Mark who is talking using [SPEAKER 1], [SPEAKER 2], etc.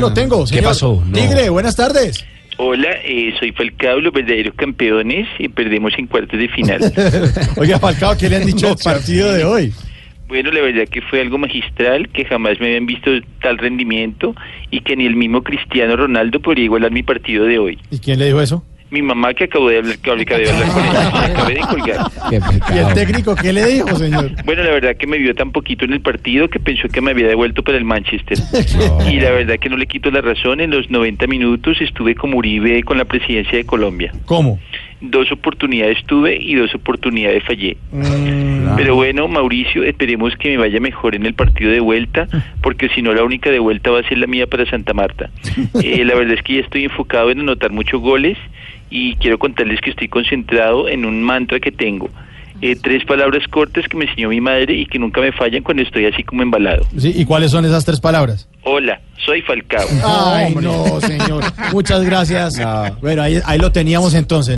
[SPEAKER 1] Lo tengo, señor.
[SPEAKER 2] pasó? No.
[SPEAKER 1] Tigre, buenas tardes.
[SPEAKER 3] Hola, eh, soy Falcao, los verdaderos campeones y perdemos en cuartos de final.
[SPEAKER 1] Oiga, Falcao, ¿qué le han dicho del partido de hoy?
[SPEAKER 3] bueno, la verdad que fue algo magistral, que jamás me habían visto tal rendimiento y que ni el mismo Cristiano Ronaldo podría igualar mi partido de hoy.
[SPEAKER 1] ¿Y quién le dijo eso?
[SPEAKER 3] Mi mamá que acabo de hablar, que acabo de hablar con ella, me acabé de colgar.
[SPEAKER 2] Qué
[SPEAKER 1] ¿Y el
[SPEAKER 2] pecado.
[SPEAKER 1] técnico qué le dijo, señor?
[SPEAKER 3] Bueno, la verdad que me vio tan poquito en el partido que pensó que me había devuelto para el Manchester. Y la verdad que no le quito la razón, en los 90 minutos estuve como Uribe con la presidencia de Colombia.
[SPEAKER 1] ¿Cómo?
[SPEAKER 3] Dos oportunidades tuve y dos oportunidades fallé.
[SPEAKER 1] Mm,
[SPEAKER 3] Pero bueno, Mauricio, esperemos que me vaya mejor en el partido de vuelta, porque si no, la única de vuelta va a ser la mía para Santa Marta. Eh, la verdad es que ya estoy enfocado en anotar muchos goles y quiero contarles que estoy concentrado en un mantra que tengo. Eh, tres palabras cortas que me enseñó mi madre y que nunca me fallan cuando estoy así como embalado.
[SPEAKER 1] sí, ¿Y cuáles son esas tres palabras?
[SPEAKER 3] Hola, soy Falcao.
[SPEAKER 1] Ay, no, señor. Muchas gracias. Bueno, ahí, ahí lo teníamos entonces.